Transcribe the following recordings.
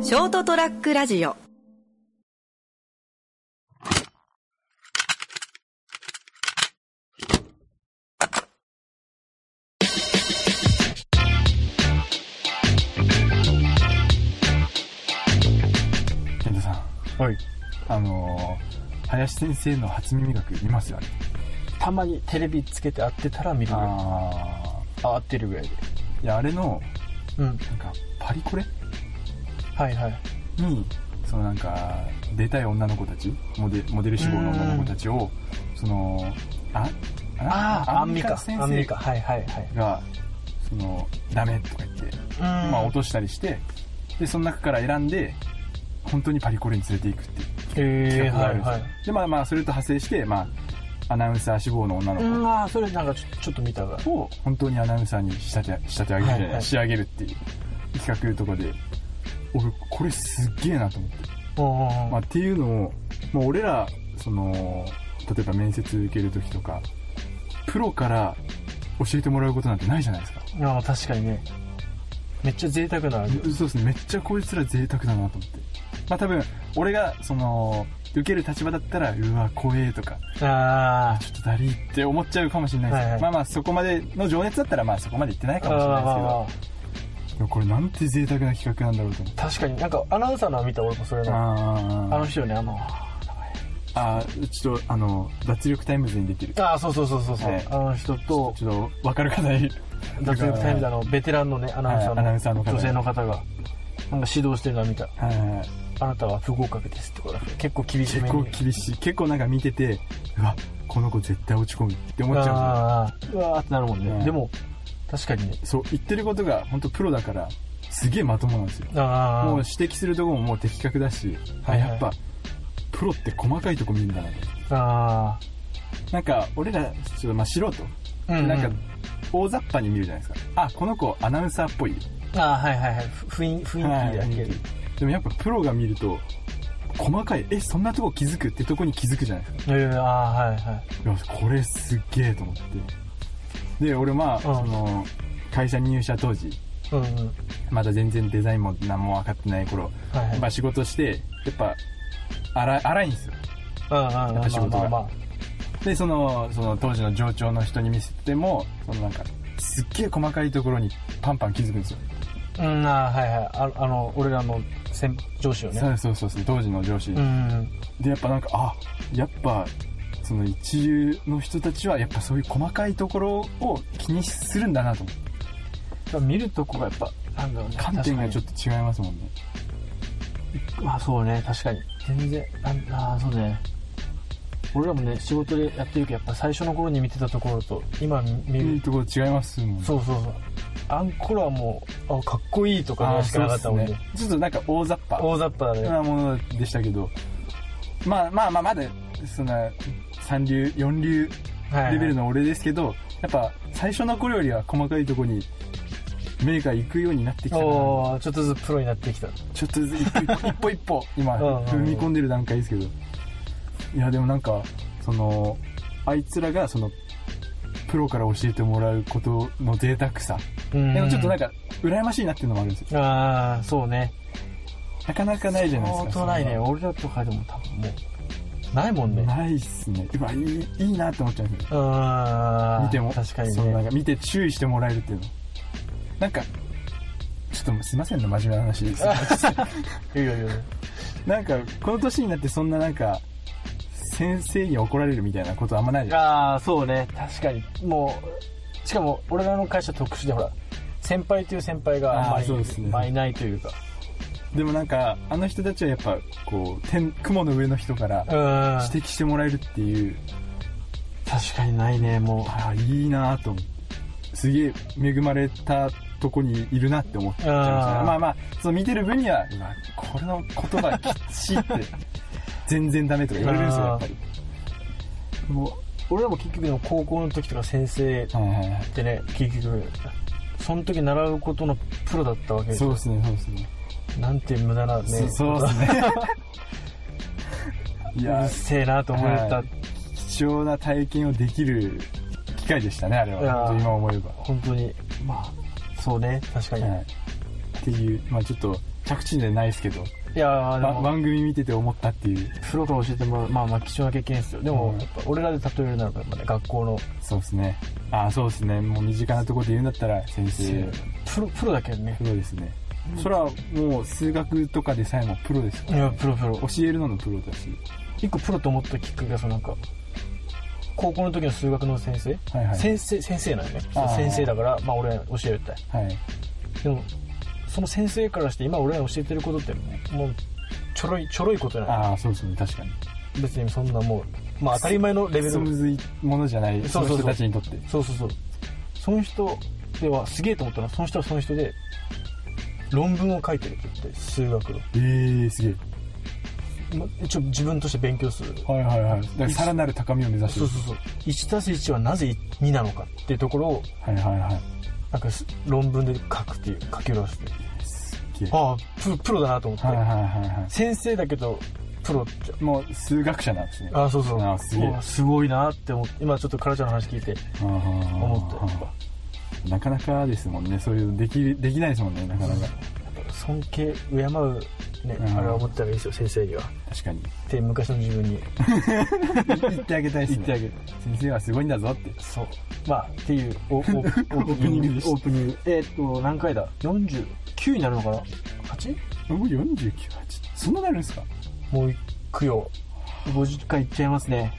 ショートトラックラジオ健太さんはい。あのー、林先生の初耳学見ますよあれたまにテレビつけて会ってたら見るぐらい。ああ合ってるぐらいで。ーいやあれのうん。なんかパリコレはいはい。にそのなんか出たい女の子たちモデモデル志望の女の子たちをそのあああ、アンミカ。先アン生ミカ。はいはいはい。がそのダメとか言って、うん。まあ、落としたりしてでその中から選んで本当にパリコレに連れていくっていうへ企え、画があはるんいですよ、はい。でまあまあそれと派生して、まあ、アナウンサー志望の女の子、うん、ああ、それなんかちょちょっと見たが。を本当にアナウンサーに仕立て仕立て上げるじゃない、はいはい仕上げるっていう企画とかで俺これすっげえなと思って、うんまあ、っていうのを、まあ、俺らその例えば面接受ける時とかプロから教えてもらうことなんてないじゃないですかうんうん。ああ、確かにね。めっちゃ贅沢な味。そうですねめっちゃこいつら贅沢だなと思ってまあ多分俺がその受ける立場だったらうわ怖えとかあちょっとだりーって思っちゃうかもしれないです、はいはいまあまあそこまでの情熱だったらまあそこまでいってないあ。かもしれないですけどああいやこれなんて贅沢な企画なんだろうと思って確かになんかアナウンサーの見た俺もそれの。ああの人よね、あの。あーちょっとあの脱力タイムズに出てるああ、そうそうそうそうそう、はいあの人と、ちょっと分かる方いる 脱力タイムズあのベテランのね、アナウンサーの,、はいアナウンサーの方女性の方が、なんか指導してるのは見た。はいあなたは不合格ですってことだ結構厳し結めに構厳しい結構なんか見ててうわこの子絶対落ち込むって思っちゃあーうわーってなるもんね、うんでも確かにねうそう言ってることが本当プロだからすげえまともなんですよあもうもう指摘するとこももう的確だし、はいはいあやっぱプロって細かいとこ見るんだなとあなんか俺らちょっとまあ素人ーうんなんか大雑把に見るじゃないですかあこの子アナウンサーっぽいあーはいはいはいふ雰囲雰囲気だけ、でもやっぱプロが見ると細かいえそんなとこ気づくってとこに気づくじゃないですえーあーはいはいかいやこれすっげえと思ってで俺まあ、その会社入社当時うんうんまだ全然デザインも何も分かってない頃、はいはいまあ、仕事してやっぱ荒い荒いんですようんうんやっぱ仕事がまあまあまでそのその当時の上長の人に見せてもそのなんかすっげえ細かいところにパンパン気づくんですよ、あうんあーはいはいああの俺らの先上司よねそうそうそう当時の上司、うんうんでやっぱなんかあやっぱその一流の人たちはやっぱそういう細かいところを気にするんだなと思ってうん見るとこがやっぱなんだろうね観点がちょっとと違いますもんねまあそうね確かに全然ああーそうね俺らもね仕事でやってるけどやっぱ最初の頃に見てたところと今見るいいところ違いますもんねそうそうそう。あんころはもう、あ、かっこいいとかぐらいしかなかったもんあーそうねっ。すちょっとなんか大雑把大雑把だね。なものでしたけどまあまあまあまだそんな三流四流はいレベルの俺ですけど、やっぱ最初の頃よりは細かいところに目が行くようになってきたなおーちょっとずつプロになってきた。ちょっとずつ一歩一歩一歩今うんうんうん踏み込んでる段階ですけどいやでもなんかそのあいつらがそのプロから教えてもらうことの贅沢さうんでもちょっとなんか羨ましいなっていうのもあるんですよああ、そうね。なかなかないじゃないです相か当ないね。そん俺らとかでも多分もう、ないもんね。なないっすねうわいいいいなって思っちゃうんですようん。見ても確かにそのなんね。か見て注意してもらえるっていうのなんかちょっともうすいませんね真面目な話です いやいやいや。なんかこの年になってそんななんか先生に怒られるみたいなことあんまないじゃんああ、そうね。確かに。もう、しかも俺らの会社特殊でほら、先輩という先輩があんまあーそうですねり、まあいないというか。でもなんかあの人たちはやっぱこう天雲の上の人からうん。指摘してもらえるっていう確かにないね、もう。ああいいなと思ってすげえ恵まれたとこにいるなって思っちゃいましたあねーまあまあその見てる分にはうわこれの言葉きちいって 全然ダメとか言われるんですよやっぱりもう俺らも結局でも高校の時とか先生っはいはいはてね結局その時習うことのプロだったわけでいすそうよですねそうですねなんて無駄なねそそうです ねいうやるせえなと思った、はい貴重な体験をできる機会でしたねあれいやはー本当今思えば本当にまあそうね確かに、はい、っていう、まあ、ちょっと着地じゃないですけど、いやーでばも、番組見てて思ったっていう、プロから教えてもらう、まあまあ貴重な経験ですよ。でもう、んやっぱ俺らで例えるならばね、学校のそうですね。ああ、そうですね。もう身近なところで言うんだったら、先生、プロ、プロだけどねプ。ロですね。それはもう数学とかでさえもプロですかいら、や、プロプロ。教えるののプロだし。一個プロと思ったきっかけが、そのなんか、高校の時の数学の先生、はいはい。先生、先生なんよね。あー先生だから、まあ俺らに教えるって。はい。でも、その先生からして今俺らに教えてることって、もう、ちょろい、ちょろいことなああ、そうですね。確かに。い。別にそんなもう、まあ当たり前のレベクルソむずいものじゃない、そそうのそうそう人たちにとって。そうそうそう。その人ではすげえと思ったのは、その人はその人で、論文を書いてるって言って、数学の。ええー、すげえ。ま一応自分として勉強する。はいはいはい。だからさらなる高みを目指してそうる。そうそう。1たす1はなぜ2なのかっていうところを、はいはいはい。なんかす論文で書くっていう、書き下ろして。すっげえ。ああ、プロプロだなと思って。はいはいはいは先生だけど、プロって。い。もう数学者なんですね。ああ、そうそう。ああすげえうわすごいなって思って、今ちょっとカラちゃんの話聞いて。思思った。なかなかですもんね。そういうのできる、できないですもんね。なかなか。尊敬、敬う、うね、んあれは思ったらいいですよ、先生には。っ確かに。て、昔の自分に言ってあげたい 言ってあげる。先生はすごいんだぞって。そう。まあ、っていう オオオープニングでしたオープニング。えーっと、何回だ ?49 になるのかな ?8? もう49、8。そんななるんですかもう行くよ。50回いっちゃいますね。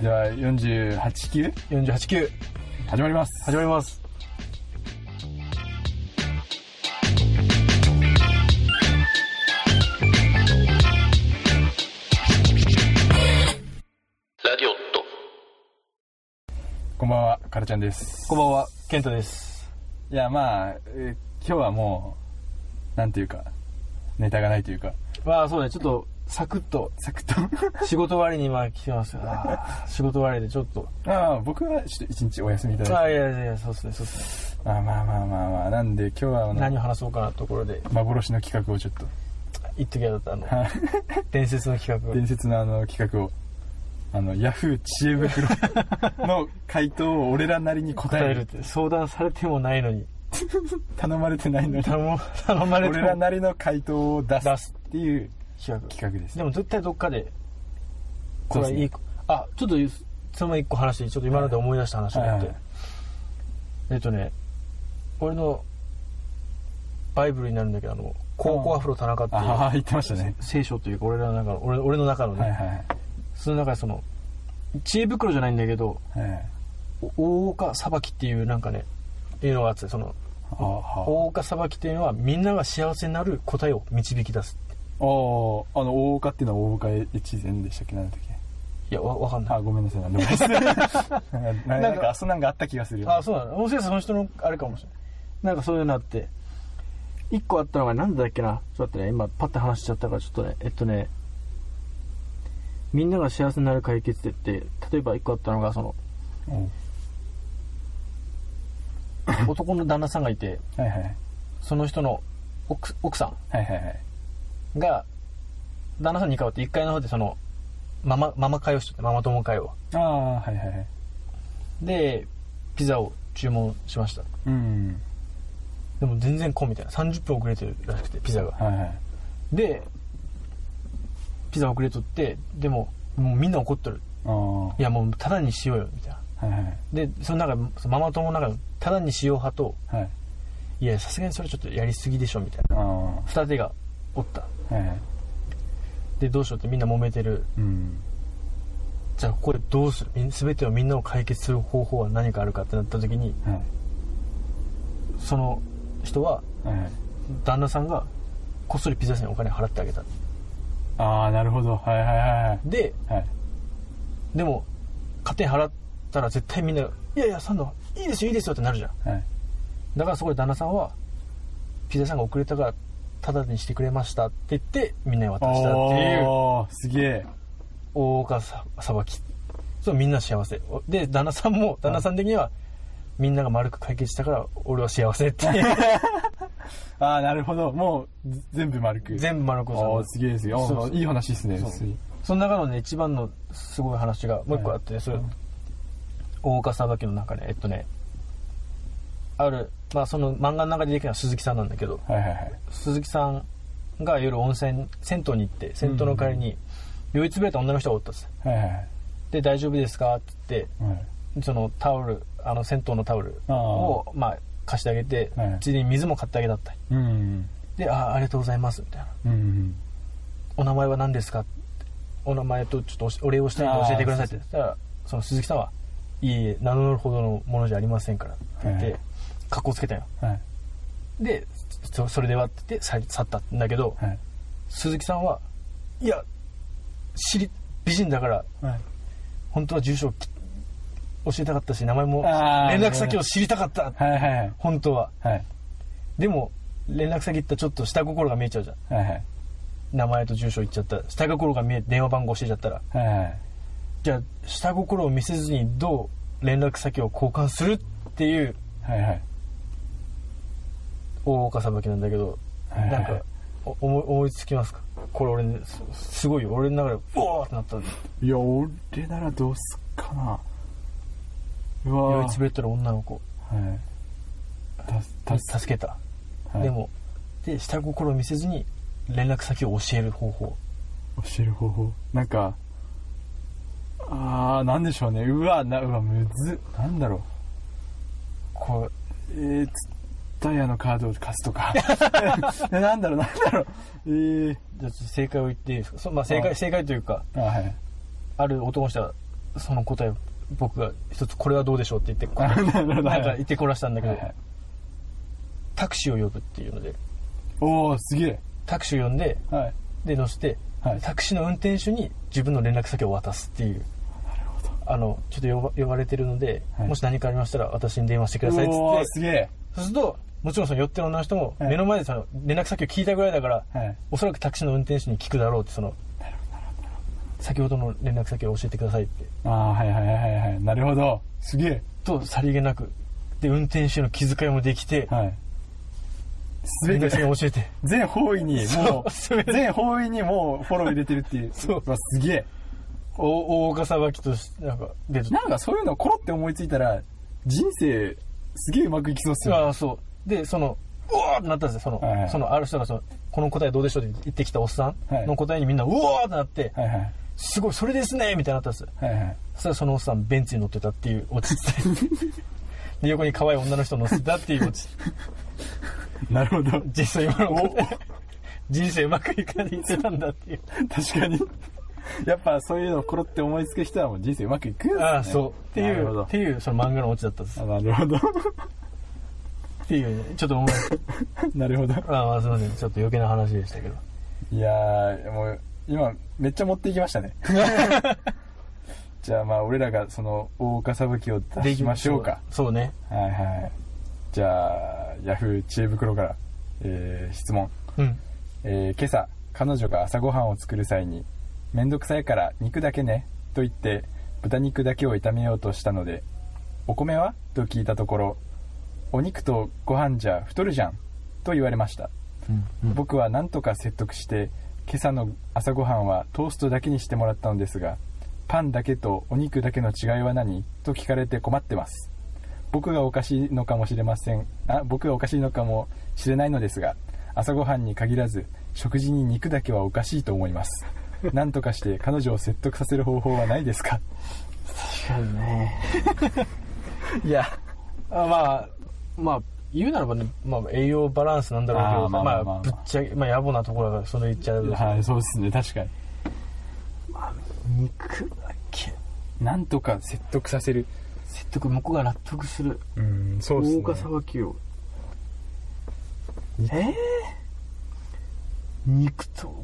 じゃあ、48級48級、始まります。始まります。ラディオット。こんばんは、からちゃんです。こんばんは、ケントです。いや、まあ、え今日はもう、なんていうか、ネタがないというか、まあ、そうね、ちょっと、サクッと、サクッ仕事終わりに今来てま すよ。あー仕事終わりでちょっと。 と。ああ、僕はちょっと一日お休みいただいあーいやいやいや、そうっすね、そうっすて。ね。まあまあまあまあまあ、なんで今日はあの何を話そうかなところで、幻の企画をちょっと。一時はだったあの、はい伝説の企画。伝説のあの企画をあのヤフー知恵 袋の回答を俺らなりに答伝ええるるって、相談されてもないのに、頼まれてないのに頼 ま頼まれて俺らもなりの回答を出す出すっていう企画。企画ですでも絶対どっかで、こそうでれはすいいねこ、あ、ちょっと言う、その一個話で、ちょっと今まで思い出した話があって、はいはいえっとね、俺のバイブルになるんだけど、あの、高校アフロ田中っていああう言ってましたね聖書というか、俺らの中の、俺俺の中のね、はいはその中でその、知恵袋じゃないんだけど、いはいお大岡裁きっていうなんかね、いうのがあって、その、あは大岡裁きっていうのは、みんなが幸せになる答えを導き出す。おあの大岡っていうのは大岡越前でしたっけなんだっけいや、わわかんない。あごめんなさいなんでもない ですなんかなんかそうなんかあった気がするよあそうなのもしかしたらその人のあれかもしれないなんかそういうのあって一個あったのが何だっけなちょっと待ってね今パッて話しちゃったからちょっとねえっとねみんなが幸せになる解決でって例えば一個あったのがそのおう男の旦那さんがいてはいはいその人の奥奥さはいはいはいんが旦那さんに代わって1階の方でそのママママ会をしててママ友会をああはいはいはいでピザを注文しましたうんでも全然来んみたいな30分遅れてるらしくてピザがはいはいでピザ遅れとってでももうみんな怒ってるああはいやもうタダにしようよみたいなはいはいでその中そのママ友の中のタダにしよう派とはいいやさすがにそれちょっとやりすぎでしょみたいあなあは二手がおったいはいでどうしようってみんな揉めてるうんじゃあここでどうするみん全てをみんなを解決する方法は何かあるかってなった時にはいその人ははいはい旦那さんがこっそりピザ屋さんにお金払ってあげたああなるほどはいはいはでいはいでも勝手に払ったら絶対みんな「いやいやサンドいいですよいいですよ」ってなるじゃんはいはいだからそこで旦那さんはピザ屋さんが遅れたからタダにしてくれましたって言ってみんなに渡したっていうおーすげえ大岡ささばきそうみんな幸せで旦那さんも旦那さん的にはみんなが丸く解決したから俺は幸せっていうああなるほどもうぜ全部丸く全部丸く部収まおるーすげえですよそうそういい話ですねそうすげえその中のね一番のすごい話がもう一個あって、それ大岡さばきの中でえっとねある、まあ、その漫画の中で出てきたのは鈴木さんなんだけどはいはいはい鈴木さんが夜温泉銭湯に行って銭湯の帰りに酔いつぶれた女の人がおったっすはいはいはいで「大丈夫ですか?」ってはい言ってそのタオルあの銭湯のタオルああをまあ貸してあげてはいついでに水も買ってあげたったりうんで「ああありがとうございます」みたいなうんうん「お名前は何ですか?」お名前とちょっとおしお礼をしたいので教えてください」って言ったらその鈴木さんは「いえいえ名乗るほどのものじゃありませんから」って言っはいてはい格好つけたよはいでそそれではって言って去り去ったんだけどはい鈴木さんはいや知り美人だからはい本当は住所をき教えたかったし名前もあー連絡先を知りたかったはいはいはい本当ははいでも連絡先言ったらちょっと下心が見えちゃうじゃんはいはい名前と住所言っちゃったら下心が見え電話番号教えちゃったらはいはいじゃあ下心を見せずにどう連絡先を交換するっていうはいはい大岡裁きなんだけどはいなんかお思い思いつきますかこれ俺ねすすごいよ俺の中でうわーってなったんでいや俺ならどうすっかなう酔わいつぶれてる女の子はいたにた助けたはいでもで下心を見せずに連絡先を教える方法教える方法なんかああなんでしょうねうわなうわむずっなんだろうこれえー、つダイヤのカードを貸すと かえなんだろうなんだろうえー、じゃあちょっと正解を言っていいですかそ、まあ、正は解い正解というかあはいある男の人はその答えを僕が一つこれはどうでしょうって言ってこあ なるほどなんはかい言ってこらしたんだけはど、いはいタクシーを呼ぶっていうのでおおすげえタクシーを呼んではいで乗せて、はいタクシーの運転手に自分の連絡先を渡すっていうあのちょっと呼ば呼ばれてるので、はいもし何かありましたら私に電話してくださいっつっおおてすげえそうするともちろんその寄ってる女の人もはい目の前でその連絡先を聞いたぐらいだから、はいおそらくタクシーの運転手に聞くだろうってその先ほどの連絡先を教えてくださいってああはいはいはいはいはいなるほどすげえとさりげなくで運転手の気遣いもできてはい連全て絡先を教えて全方位にも うそう全て全方位にもうフォロー入れてるっていうそうわすげえお大岡さばきとしてなんか出てなんかそういうのコロって思いついたら人生すげえうまくいきそうっすよああそうでそのうわーってなったんですよその,、はいはいそのある人がそのこの答えどうでしょうって言ってきたおっさはいんの答えにみんなうわーってなって、はいはいすごいそれですねみたいになったんですよはいはいそしたらそのおっさんベンツに乗ってたっていうオチです で横に可愛い女の人乗せてたっていうオチなるほど実際今のこと人生うまくいかないってたんだっ ていう確かにやっぱそういうのコロって思いつく人はもう人生うまくいくんすねああそうっていなるほうどっていうその漫画のオチだったんですあなるほど っていうねちょっと思いなるほどああまあすいませんちょっと余計な話でしたけどいやーもう今めっちゃ持っていきま したねじゃあまあ俺らがその大岡裁きを出しましょうかそうねはいはいじゃあヤフー知恵袋から、えー質問うんえー今朝彼女が朝ごはんを作る際に「めんどくさいから肉だけね」と言って豚肉だけを炒めようとしたので「お米は?」と聞いたところ「お肉とご飯じゃ太るじゃん」と言われましたうん僕はなんとか説得して今朝の朝ごはんはトーストだけにしてもらったのですがパンだけとお肉だけの違いは何と聞かれて困ってます僕がおかしいのかもしれませんあ僕がおかしいのかもしれないのですが朝ごはんに限らず食事に肉だけはおかしいと思います なんとかして彼女を説得させる方法はないですか確かに ねいやあまあまあ言うならばね、まあ、栄養バランスなんだろうけあーどまあまあまあまあまあぶっちゃけまあ野暮なところだからそれ言っちゃう はいそうですね確かに肉だけなんとか説得させる説得向こうが納得するうんそ大岡裁きをええ肉と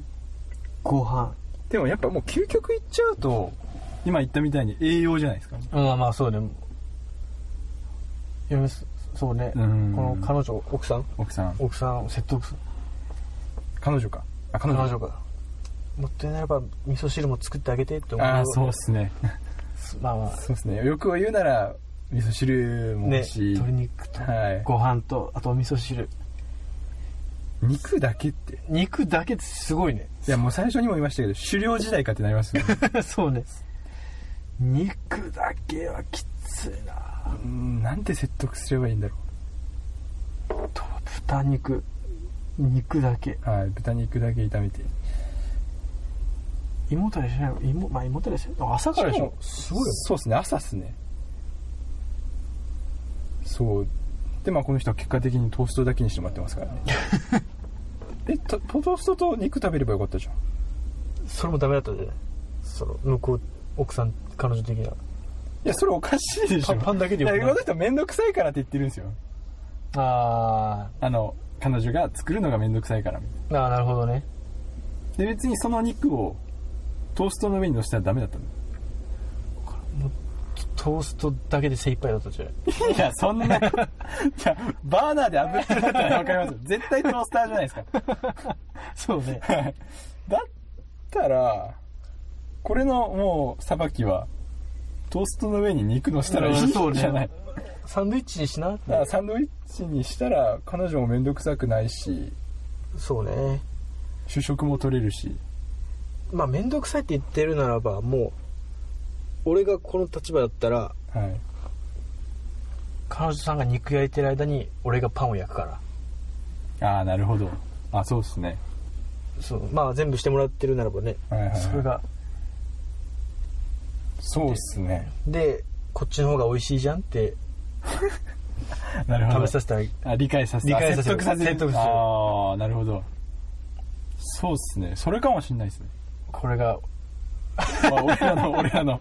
ご飯でもやっぱもう究極いっちゃうと今言ったみたいに栄養じゃないですかうんまあそうね嫁すそうねこうんの彼女奥さん奥さん奥さんを説得する彼女かあ彼彼女がもったいないば味噌汁も作ってあげてって思うああそうっすねまあまあそうっすね欲を言うなら味噌汁もね欲しい、鶏肉とはいご飯とあとお味噌汁肉だけってい肉だけってすごいね やもう最初にも言いましたけど狩猟時代かってなりますよねそうね肉だけはきついなうんなんて説得すればいいんだろう豚肉肉だけはい豚肉だけ炒めて胃もたれしないの胃もまあ胃もたれしない朝からでしょすごいよねそうですね朝っすねそうでまあこの人は結果的にトーストだけにしてもらってますから ねえとトーストと肉食べればよかったじゃんそれもダメだったでその向こう奥さん彼女的ないやそれおかしいでしょパンパンだけでいよくやないこの人面倒くさいからって言ってるんですよああの彼女が作るのが面倒くさいからみたいーあーなるほどねなで別にその肉をトーストの上に乗せたらダメだったのトーストだけで精一杯だったじゃないいや、そんな、いや、バーナーで炙ってるだったらわかりますよ。絶対トースターじゃないですか。そうねはいだったら、これのもう、さばきは、トーストの上に肉のしたらいいそうねじゃない。サンドイッチにしなだからサンドイッチにしたら、彼女もめんどくさくないし、そうね主食も取れるし。まあ面倒くさいって言ってるならばもう俺がこの立場だったらはい。彼女さんが肉焼いてる間に俺がパンを焼くからああ、なるほど。あ、そうですね。そうまあ全部してもらってるならばねはいはい、はい。それ。がそうですね。でこっちの方が美味しいじゃんってなるほ食どべ。させたらあ理解させ理解さ説せる得させる説得するああなるほどそうっすねそれかもしんないですねこれがまあ俺らの俺らの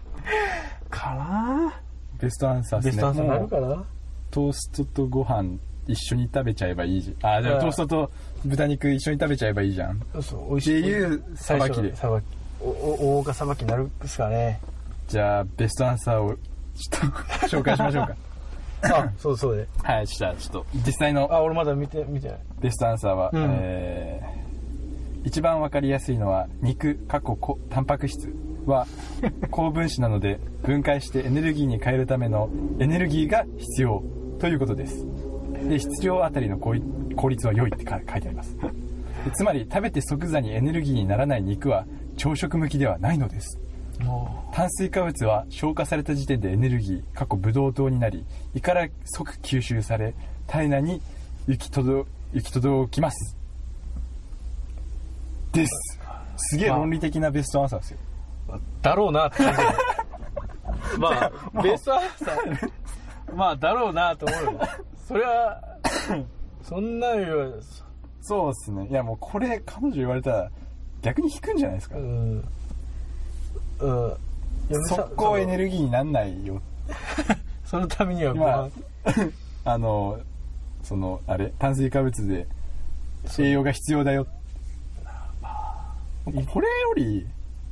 かなベストアンサーっすねベストアンサーになるかもうなトーストとご飯一緒に食べちゃえばいいじゃんあじゃうあんトーストと豚肉一緒に食べちゃえばいいじゃんっそう美味てしいいうさばきでさばきおお大岡さばきになるっす かねじゃあベストアンサーをちょっと紹介しましょう かあそうそうではいじゃあちょっと実際のあ俺まだ見て見てないベストアンサーは、うんえー一番わかりやすいのは肉過去こタンパク質 は高分子なので分解してエネルギーに変えるためのエネルギーが必要ということですで質量あたりの効効率は良いってか書いてあり ますでつまり食べて即座にエネルギーにならない肉は朝食向きではないのですも炭水化物は消化された時点でエネルギー過去ブドウ糖になり胃から即吸収され体内に行き届行き届きますですすげえまあ論理的なベストアンサーですようだろうなって 感じまあ ベストアンサーまあだろうなと思うよそれはそんなよりそうですねいやもうこれ彼女言われたら逆に引くんじゃないですかうんうん嫁さん速攻エネルギーになんないよそのそのためにはご今飯あのそのあれ炭水化物で栄養が必要だよこれより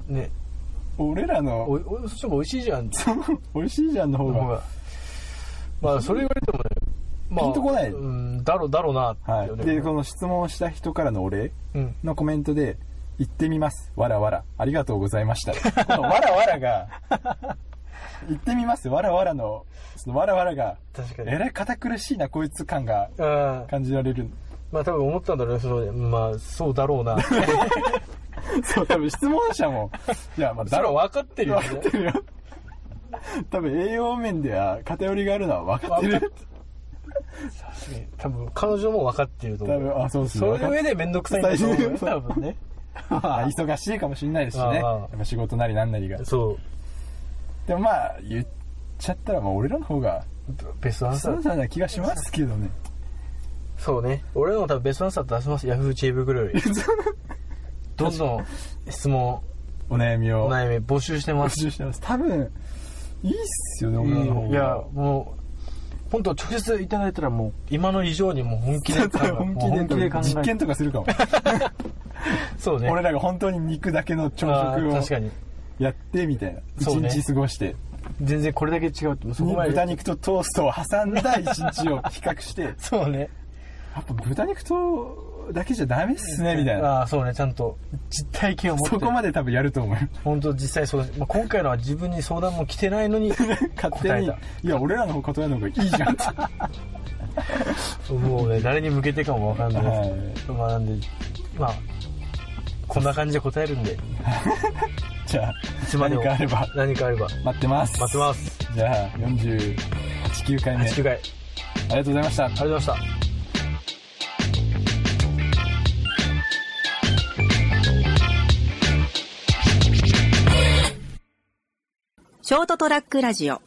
ね俺らのおおそっちの方が美味しいじゃんって 美味しいじゃんの方が。方がまあそれ言われてもねまあピンとこないうんだろうだろうなってはよい。ねで、この質問をした人からのお礼うんのコメントで、行ってみます。わらわら。ありがとうございました。この わらわらが、行ってみます。わらわらの、そのわらわらが、確かえにらい堅苦しいな、こいつ感がうん感じられる。まあ多分思ったんだろうねそのまあそうだろ うなそう、多分質問者も、 いや、まあ、だだろろうう分かってるよね 分かってるよ。多分栄養面では偏りがあるのは分かって分かっる。多分彼女も分かってると多思う分、あ、そうですね。それの上で面倒くさいんだと思うよそう多分ねあ忙しいかもしれないですしね。ああやっぱ仕事なりなんなりが。そうでもまあ言っちゃったらまあ俺らの方がベストアンサそうーな気がしますけどねそうね俺らも多分ベストアンサー出しますヤフー知恵袋よ りどんどん質問お悩みおを悩み募集してま募す集してます多分いいっすよねい俺らの方がいやもう本当直接いただいたらもう今の以上にもう本気で考え本もう気で本気で考実え験とかするかもそうね俺らが本当に肉だけの朝あー 確食かをにやってみたいなそう一ね日過ごして全然これだけ違うってもうそこまで豚肉とトーストを挟んだ一日を比較してやっそうねぱ豚肉とだけじゃダメっすねみたいなああそうねちゃんと実体験を持ってそこまで多分やると思うよ本当実際そう、まあ、今回のは自分に相談も来てないのに 勝手答にえいや俺らの方答えの方がいいじゃんってたもうね誰に向けてかもわかんないです、まあなんでまあこんな感じで答えるんでじゃあいつまで何もかあれば何かあれば待ってます待ってますじゃあ489回目あり89回がありとうございましたがとうございましたショートトラックラジオ